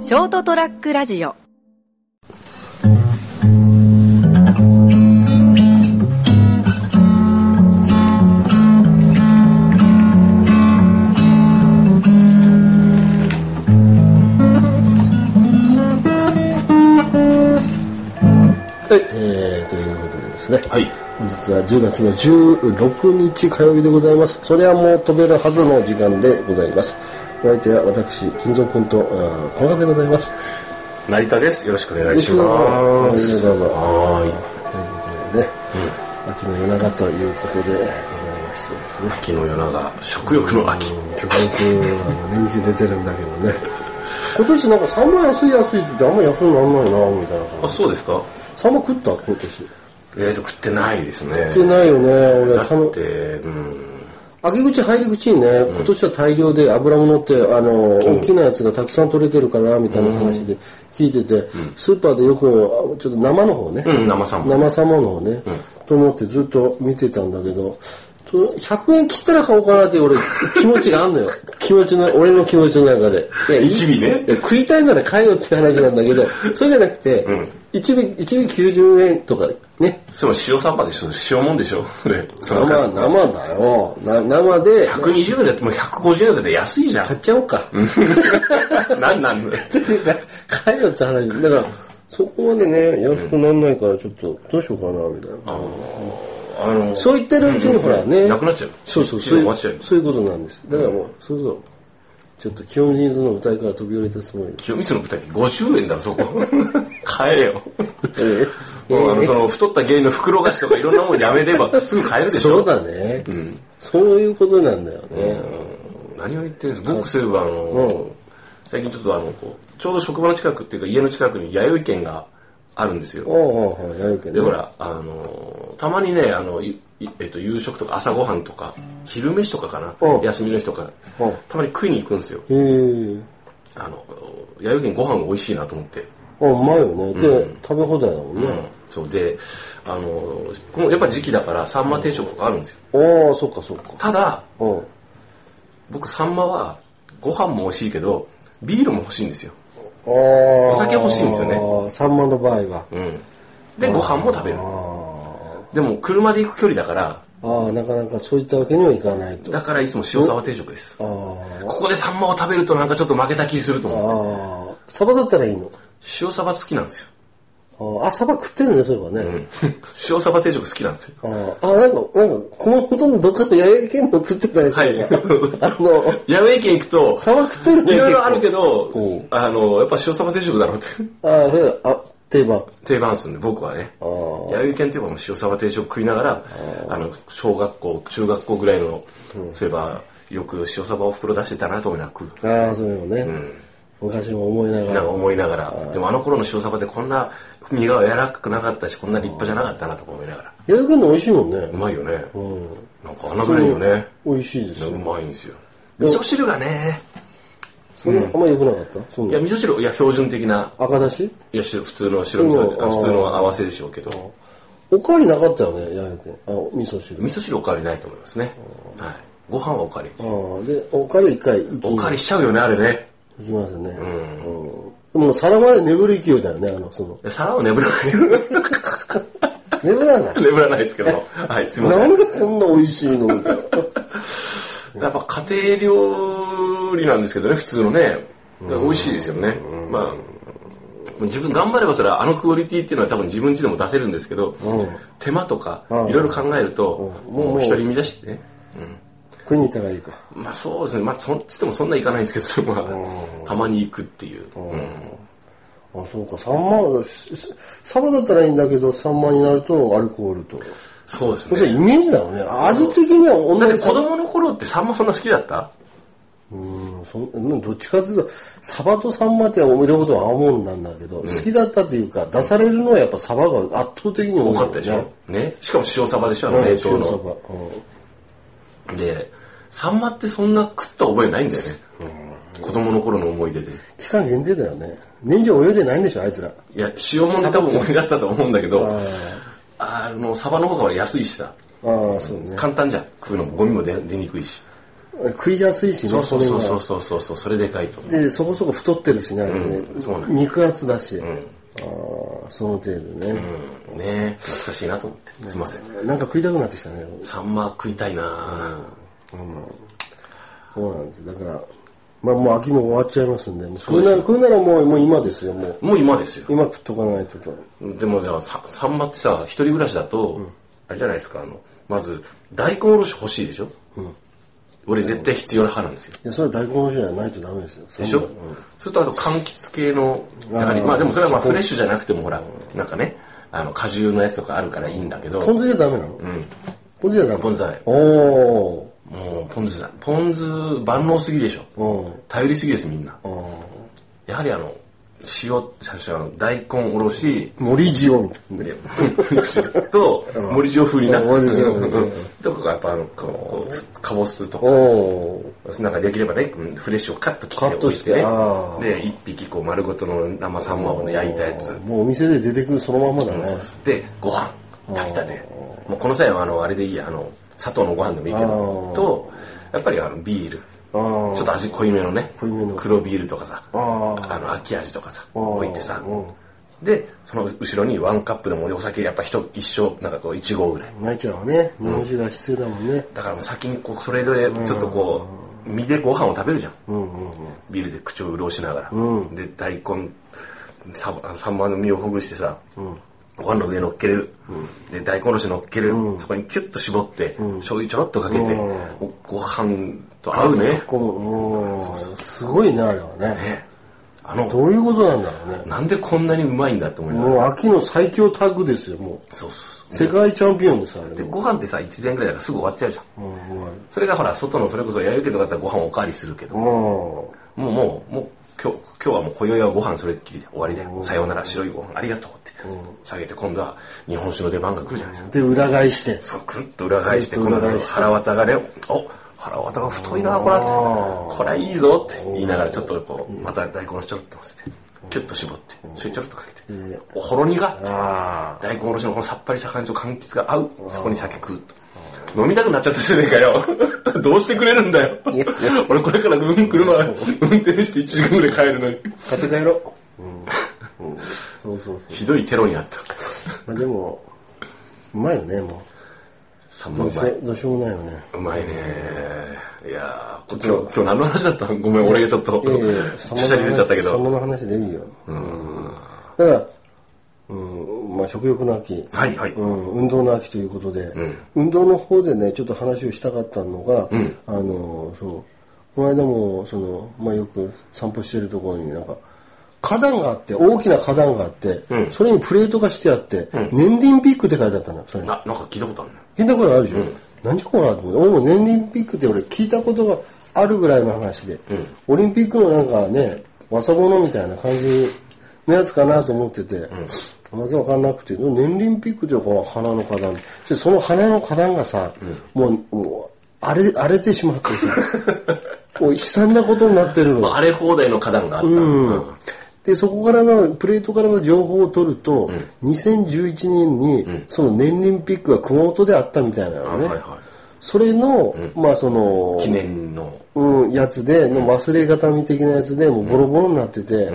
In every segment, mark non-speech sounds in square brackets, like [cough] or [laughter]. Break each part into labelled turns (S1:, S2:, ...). S1: ショートトラックラジオ
S2: はい、えー、ということでですね、
S3: はい。
S2: 本日は10月の16日火曜日でございます。それはもう飛べるはずの時間でございます。お相手は私、金蔵君と、あーこの方でございます。
S3: 成田です。よろしくお願いし
S2: どうぞ
S3: ま。す。
S2: どうぞ。
S3: は
S2: ということでね、秋の夜長ということでございましてですね
S3: ーい。。秋の夜長、食欲の秋。
S2: 曲は年中出てるんだけどね。 [laughs] 今年なんかサンマ安い安いって言ってあんま安くなんないなみたいな感
S3: あ、
S2: じ。
S3: そうですか
S2: サンマ食った今年。
S3: えーと、食ってないですね。
S2: 食ってないよね。俺
S3: だ
S2: たの
S3: って、うん。
S2: 秋口入り口にね今年は大量で油も乗ってあの大きなやつがたくさん取れてるからみたいな話で聞いてて、スーパーでよくあちょっと生の方ね、
S3: うん、生さんも。
S2: 生様の方ね、と思ってずっと見てたんだけどと100円切ったら買おうかなって俺気持ちがあんの [laughs] よ気持ちの俺の気持ちの中でいやいい
S3: 一尾ね
S2: いや食いたいなら買えよって話なんだけどそうじゃなくて、一尾一尾90円とかね
S3: それも塩サンマでしょ塩もんでしょそれ。
S2: 生生だよな生で
S3: 120円だってもう150円だって安いじゃ
S2: 買っちゃおうか。
S3: ん。なんなん
S2: 買えよって話。だから、そこまでね、安くなんないから、ちょっと、どうしようかな、みたいな。
S3: あの、
S2: そう言ってるうちに、ほらね。
S3: なくなっちゃう
S2: そうそう、
S3: 一
S2: そうい
S3: 度終わっちゃう
S2: う、そういうことなんです。だからもう、そうそう。ちょっと、清水の舞台から飛び降りたつ
S3: [laughs]
S2: もりで。
S3: 清水の舞台って50円だろ、 [laughs] そこ。買えよ。
S2: え
S3: もうあの、その、太った芸の袋菓子とかいろんなもんやめればすぐ買えるでしょ
S2: そうだね。そういうことなんだよね。
S3: 何を言ってるんですか僕そういえばあの、最近ちょっとあのこうちょうど職場の近くっていうか家の近くに弥生県があるんです
S2: ああ、
S3: よ
S2: ああ、やるけ
S3: で
S2: ど
S3: ほ
S2: ね。
S3: らあのたまにねあの、いいえっと、夕食とか朝ごはんとか昼飯とかかな
S2: うん
S3: 休みの日とか
S2: うん
S3: たまに食いに行くんですよ
S2: へえ。
S3: あの弥生県ご飯美味しいなと思って
S2: あ、うまいよね。で、食べ放題だもんね。
S3: そうであのこのやっぱ時期だからサンマ定食とかあるんですよ
S2: ああ、そっかそっか。
S3: ただ
S2: うん。
S3: 僕サンマはご飯も美味しいけどビールも欲しいんですよ
S2: お
S3: 酒欲しいんですよね
S2: サンマの場合は。
S3: でご飯も食べるでも車で行く距離だから
S2: ああ、なかなかそういったわけにはいかないと。あ
S3: だからいつも塩沢定食ですこ
S2: あ、
S3: こでサンマを食べるとなんかちょっと負けた気すると思う
S2: ああ、サバだったらいいの。
S3: 塩サバ好きなんですよ [laughs]
S2: あーあ、サバ食ってるね、そういえばね。
S3: 塩サバ定食好きなんですよ
S2: あーあ、なんか、なんか、熊本のどっかと弥生県の食ってたりする [laughs] あの、
S3: 八重県行くと
S2: サバ食ってるね。
S3: いろいろあるけ
S2: ど。
S3: ど
S2: お
S3: あのやっぱ塩サバ定食だろうって [laughs]
S2: ああ、そうや、あ、定番。
S3: 定番ですんで僕はね
S2: ー
S3: 弥生県といえばもう塩サバ定食食いながらあの小学校中学校ぐらいのそういえばよく塩サバを袋出してたなと思いながら食う
S2: ああ、そういうのね。昔も思いなが
S3: な
S2: ら。
S3: んか思いながらでもあの頃の塩サバってこんな身が柔らかくなかったしこんな立派じゃなかったなとか思いながら
S2: 弥生県の美味しいもんね。
S3: うまいよね
S2: うん。
S3: なんか穴ぐらいよね
S2: 美味しいです
S3: う
S2: よ。
S3: まいんですよ味噌汁がね
S2: それ、あんま良くなかったそん
S3: い
S2: な
S3: や味噌汁いや標準的な
S2: 赤だし
S3: いやし普通の白味噌
S2: そうあー
S3: あ普通の合わせでしょうけど
S2: おかわりなかったよね、弥生君。あ、味噌汁。
S3: 味噌汁おかわりないと思いますねはいご飯はおかわり
S2: ああ、で、おかわり一回行き
S3: おかわりしちゃうよねあれね
S2: 行きますね。うん。でも、皿まで眠る勢いだよね、あの、その。
S3: 皿は眠らない [laughs]
S2: 眠らない。
S3: 眠らないですけどはいすいませ
S2: なんんでこんな美味しいのみたい
S3: [laughs]
S2: な。
S3: やっぱ家庭料理なんですけどね普通のねだから美味しいですよねまあ自分頑張ればそれはあのクオリティっていうのは多分自分家でも出せるんですけど手間とかい
S2: うん
S3: ろいろ考えると
S2: うん
S3: もう独り乱してね
S2: 食いに行った方がいいか。
S3: まあそうですねまあそんつってもそんな行かないんですけど、 [laughs] まあ、たまに行くっていう、うん
S2: あ、そうか、サンマ、すすサバだったらいいんだけど、サンマになるとアルコールと。
S3: そうです
S2: そしたら
S3: ね
S2: イメージだよね。味的には
S3: だっ
S2: 同
S3: て
S2: じ
S3: 子供の頃ってサンマそんな好きだった
S2: うんそんどっちかっていうと、サバとサンマって両方とも青もんなんだけど、好きだったっていうか、出されるのはやっぱサバが圧倒的に多
S3: 多
S2: い
S3: かったでしょ、ねしかも塩サバでしょあの
S2: うん
S3: 冷凍
S2: 塩サ
S3: の
S2: バ。うん
S3: でサンマってそんな食った覚えないんだよね子供の頃の思い出で
S2: 期間限定だよね年中泳いでないんでしょあいつら
S3: いや塩もんで多分思い出ったと思うんだけど
S2: あ
S3: あのサバの方が安いしさ
S2: ああそうね
S3: 簡単じゃん食うのもゴミも出出にくいし
S2: あ食いやすいしね
S3: そうそうそう
S2: これ
S3: そ
S2: は
S3: うそうそうそうそれでかいと思う
S2: でそこそこ太ってるしねあいつね、
S3: うんそうなん
S2: 肉厚だし、ああその程度ね、
S3: うんねえ懐かしいなと思ってすいません
S2: なんか食いたくなってきたね
S3: サンマ食いたいな
S2: そうなんですだからまあもう秋も終わっちゃいますんでもう食うなら食うならもうもう今ですよもう
S3: もう今ですよ
S2: 今食っとかないとと
S3: でもじゃあさサンマってさ一人暮らしだと、あれじゃないですかあのまず大根おろし欲しいでしょ、俺絶対必要な派なんですよ
S2: いやそれは大根の人じゃないとダメですよ
S3: でしょ、
S2: うん
S3: それとあと柑橘系のやはり
S2: あー
S3: まあでもそれはまあ
S2: そこ
S3: フレッシュじゃなくてもほらなんかねあの果汁のやつとかあるからいいんだけど
S2: ポン酢じゃダメなの、ポン酢じゃダメ
S3: ポン酢ダメ
S2: おお
S3: もうポン酢だポン酢万能すぎでし
S2: ー
S3: ょ
S2: うん
S3: 頼りすぎですみんな
S2: あ
S3: やはりあの塩あの大根おろし [laughs]
S2: ー森塩みたいなね
S3: でと森塩風になって
S2: 森塩風ね
S3: うんとかがやっぱあのこうこうつかぼすとか
S2: おお
S3: なんかできればねうんフレッシュをカット切って
S2: カットして
S3: おいてね
S2: あー
S3: で一匹こう丸ごとの生サンマをね焼いたやつ
S2: もうお店で出てくるそのまんまだね
S3: でご飯炊きたてもうこの際はあのあれでいいやあの砂糖のご飯でもいいけど
S2: あー
S3: とやっぱりあのビール
S2: ああ
S3: ちょっと味濃いめのね
S2: 濃いめの
S3: 黒ビールとかさ
S2: あー
S3: あの秋味とかさ
S2: ー
S3: 置いてさ
S2: うん
S3: でその後ろにワンカップでもお酒やっぱ一一生なんかこう一合ぐらい
S2: 泣いちゃうわね日本酒が必要だもんね
S3: だからもう先にこうそれでちょっとこう身でご飯を食べるじゃん
S2: うんうんうん
S3: ビールで口を潤しながら、で大根サあのサンマの身をほぐしてさ、ご飯の上乗っける、で大根おろし乗っける、そこにキュッと絞って、醤油ちょろっとかけて、ご飯と合うね、
S2: こううんすごいねあれはね
S3: ねあの
S2: どういうことなんだろうね
S3: なんでこんなにうまいんだって思いながら、
S2: もう秋の最強タッグですよもう
S3: そうそうそ
S2: 世界チャンピオンですあれ
S3: うでご飯ってさ1膳ぐらいだからすぐ終わっちゃうじゃん
S2: うんうまい
S3: それがほら外のそれこそ弥生家とかだったらご飯おかわりするけど、
S2: うん
S3: もうもうもう今日今日はもう今宵はご飯それっきりで終わりで、さようなら白いご飯ありがとうって、下げて今度は日本酒の出番が来るじゃないですか、
S2: で裏返して
S3: そうくるっと裏返して
S2: くる
S3: 今
S2: っと
S3: 度
S2: 裏返して
S3: は腹綿がねお腹綿が太いなこれはってこれはいいぞって言いながらちょっとこうまた大根をちょろっと乗せてキュッと絞ってそれちょろっとかけておほろ苦って
S2: あ
S3: 大根おろしのこのさっぱりした感じと柑橘が合うそこに酒食うと飲みたくなっちゃったじゃねえかよ [laughs] どうしてくれるんだよ俺これからうん車運転して1時間ぐらい帰るのに
S2: あ買って帰ろううんうんそうそうそう
S3: ひどいテロにあった
S2: まあでもうまいよねも
S3: サン
S2: う
S3: マ
S2: ど
S3: う
S2: うし
S3: ま
S2: よ
S3: いう
S2: どうしようもないよね
S3: うまいねいやーこ今日今日何の話だったのごめん俺がちょっと
S2: いやいやいや
S3: しゃり出ちゃったけ
S2: その
S3: ど
S2: 話でいいよ。うんだから、うん、まあ食欲の秋、
S3: はいはい、
S2: うん、運動の秋ということで、運動の方でね、ちょっと話をしたかったのが、あの、そう、この間も、その、まあよく散歩してるところになんか、花壇があって、大きな花壇があって、それにプレートがしてあって、年輪ピックって書いてあったのよ、それに
S3: ななんか聞いたことあるね
S2: 聞いたことあるでしょ、何じゃこらと思って俺も年輪ピックって俺聞いたことがあるぐらいの話で、オリンピックのなんかねわさぼのみたいな感じのやつかなと思ってて、わけわかんなくて年輪ピックってこの花の花壇でその花の花壇がさ、もうもう荒れ荒れてしまってさ
S3: [laughs]
S2: もう悲惨なことになってるの
S3: まあ荒れ放題の花壇があった、うん
S2: でそこからのプレートからの情報を取ると、2011年にその年輪ピックが熊本であったみたいなのね、
S3: はいは
S2: それの、まあその
S3: い記念の
S2: うん、やつでの忘れ形見的なやつでもうボロボロになってて、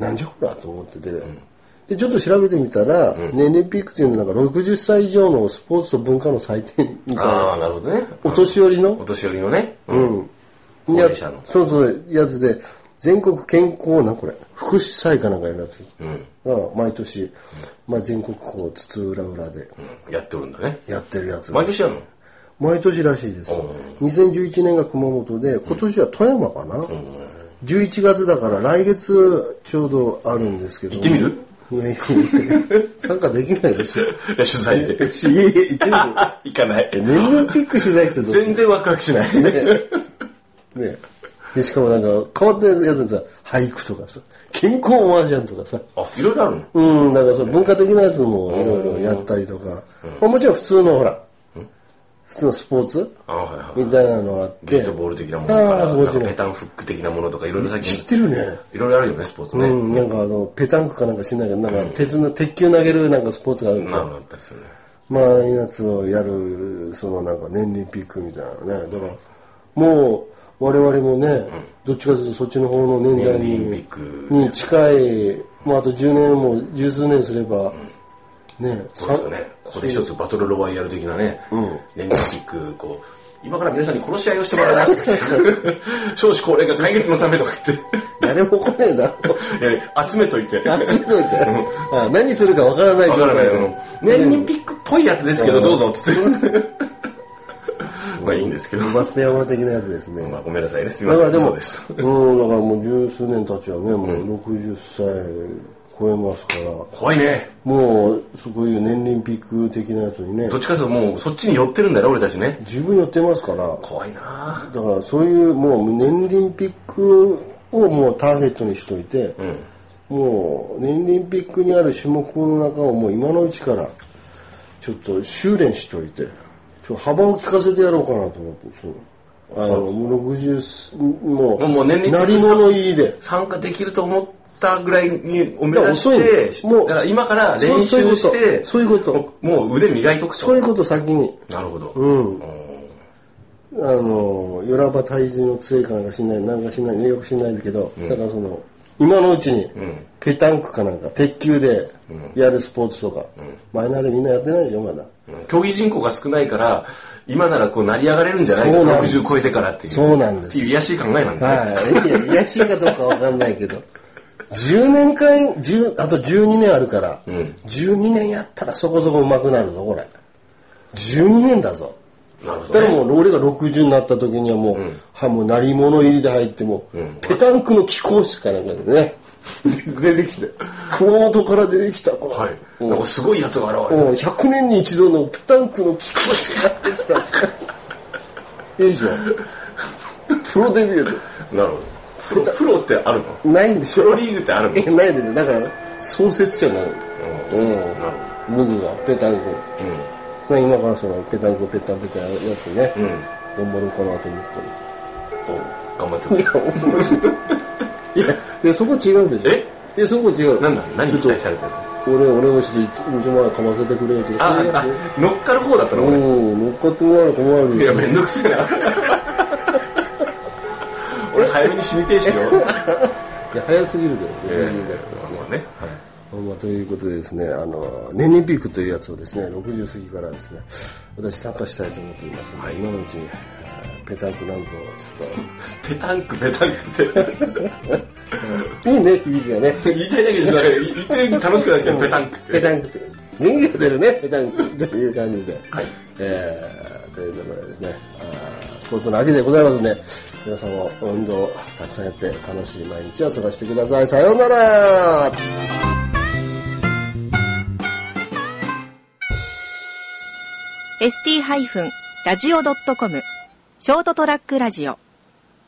S2: なんじゃこらと思ってて、でちょっと調べてみたら、年齢ピークっていうのはなんか60歳以上のスポーツと文化の祭典みたい
S3: あ
S2: な
S3: あなるほどね
S2: お年寄りの
S3: お年寄りのねうん、高
S2: や
S3: 齢
S2: つ
S3: 者の
S2: そうそうやつで全国健康なこれ福祉祭かなんかいうやつが毎年、まあ、全国こう津々浦々で
S3: やってるんだね
S2: やってるやつが
S3: 毎年やるの
S2: 毎年らしいです、2011年が熊本で今年は富山かな、11月だから来月ちょうどあるんですけど
S3: 行ってみる
S2: いやいやいや参加できないでしょい
S3: いや取材で
S2: やいや [laughs] 行ってみる
S3: 行かない
S2: え年々ピック取材してどうする
S3: 全然ワクワクしない
S2: ねでしかもなんか変わったやつにさ俳句とかさ健康マージャンとかさ
S3: あいろいろあるの
S2: うん、だからその文化的なやつもいろいろやったりとか、まあ、もちろん普通のほら、普通のスポーツ
S3: あはいはい
S2: みたいなのがあっ
S3: ゲ
S2: て
S3: ート、ボール的なもの
S2: あ
S3: か
S2: ー
S3: ら
S2: そう
S3: な
S2: もち
S3: ん
S2: ろ
S3: か
S2: ん
S3: ペタンフック的なものとかいろいろ最
S2: 知っ
S3: 近
S2: てるね。
S3: いろいろあるよねスポーツね
S2: うん、なんかあの、ペタンクかなんか知んないけど、なんか鉄の、鉄球投げるなんかスポーツがあるんです
S3: な
S2: よ。
S3: んかあったりするね
S2: まあ、ああいうやつをやる、そのなんか年輪ピックみたいなのね。だから、もう我々もね、どっちかというとそっちの方の年代
S3: オリンピ
S2: に
S3: ック
S2: に近い、もうあと10年も十数年すれば、ね、
S3: そうですよね。ここで一つバトルロワイヤル的なね、年齢キック、こう、今から皆さんに殺し合いをしてもらいますって。少子高齢化解決のためとか
S2: [laughs]
S3: 言っ
S2: 誰も来ねえだろ。
S3: て、いや集めといて。
S2: 集めといて、あ何するかわからない
S3: わ
S2: 状
S3: からな
S2: 態
S3: い、
S2: で
S3: あの、年輪ピックっぽいやつですけど、どうぞ、つって。 [laughs] まあいいんですけど。ま
S2: バステ山的なやつですね、
S3: あごめんなさいね、すいま
S2: だから
S3: せん。
S2: で
S3: そう
S2: も
S3: です。
S2: うんだからもう十数年たちはねもう60歳超えますから、
S3: 怖いね。
S2: もうそういう年輪ピック的なやつにね
S3: どっちかというともうそっちに寄ってるんだよ、俺たちね。
S2: 自分寄ってますから
S3: 怖いな
S2: だからそういうもう年輪ピックをもうターゲットにしといて、もう年輪ピックにある種目の中をもう今のうちからちょっと修練しといてちょ幅を利かせてやろうかなと思ってそうあのもう60すもう
S3: もう年輪ピック
S2: なり物入りで
S3: 参加できると思ったぐらいにお目指
S2: いや遅いの
S3: して、
S2: もう
S3: だから今から
S2: そう
S3: 練習して、
S2: そういうことそういうこ
S3: もうもう腕磨いとく
S2: そう
S3: と。
S2: いうこと先に
S3: なるほど。
S2: あのよらば体重の強いかなんかしないなんかしないよくしないんだけど、だからその今のうちに、ペタンクかなんか鉄球でやるスポーツとか、マイナーでみんなやってないでしょまだ、
S3: 競技人口が少ないから、今ならこう成り上がれるんじゃないか
S2: そうなんです
S3: 60超えてからっていう。
S2: そうなんです
S3: っていう癒やしい考えなんですね。
S2: はいいやいやしいかどうかわかんないけど10年間10あと12年あるから、12年やったらそこそこ上手くなるぞこれ12年だぞ
S3: なるほ
S2: だ
S3: ど、
S2: から
S3: ね。
S2: もう俺が60になった時にはもう、はもう鳴り物入りで入ってもう、ペタンクの気候しかなんかでね [laughs] 出てきて熊本から出てきたこの、
S3: はい。
S2: うん
S3: なんかすごいやつが現れ
S2: うん100年に一度のペタンクの気候しかやってきたいいじゃんプロデビュー
S3: た。なるほど。プロプロってあるの
S2: でないんでし
S3: プ
S2: ょ
S3: ロリーグってあるの
S2: えないでしょだから創設者なの
S3: うん
S2: うん
S3: なる
S2: 僕がペタンク、まあ今からそのペタンクペタンペタンやってね、
S3: ほど。うん。
S2: 頑張ろうかなと思ってる
S3: お頑張ってください。
S2: いや、でそこ違うでしょ。
S3: え
S2: いや、そこ違う。
S3: なんだ何
S2: ちょっ
S3: 期
S2: と
S3: 待されてるの
S2: 俺、俺もちょっと、うちもかませてくれよとか、
S3: あ
S2: そういうや
S3: あ、乗っかる方だった
S2: つ。
S3: の
S2: う
S3: 俺。
S2: ん、乗っかってもらうの困る
S3: いや、
S2: よ。
S3: めんどくせえ
S2: [laughs]
S3: な。俺早めに死にて
S2: [laughs]
S3: えしよ。
S2: いや、早すぎるけど、60
S3: え
S2: だっ
S3: ー
S2: たら。
S3: まあね。はい
S2: まあ、ということでですね、あの、年々ピークというやつをですね、60過ぎからですね、私参加したいと思っていますので、今のうちに、あペタンクなんぞ、ちょ
S3: ペタンク、ペタンクって。
S2: っと、いいね、響きがね。
S3: 言いたいだけじゃなくて、言ってるうち楽しくなってきたペタンクって。
S2: ペタンクって。元気が出るね、ペタンクという感じで。
S3: はい
S2: えーということでですね、あースポーツの秋でございますんで、皆さんも運動をたくさんやって楽しい毎日を過ごしてください。さようなら
S1: ST-radio.com ショートトラックラジオ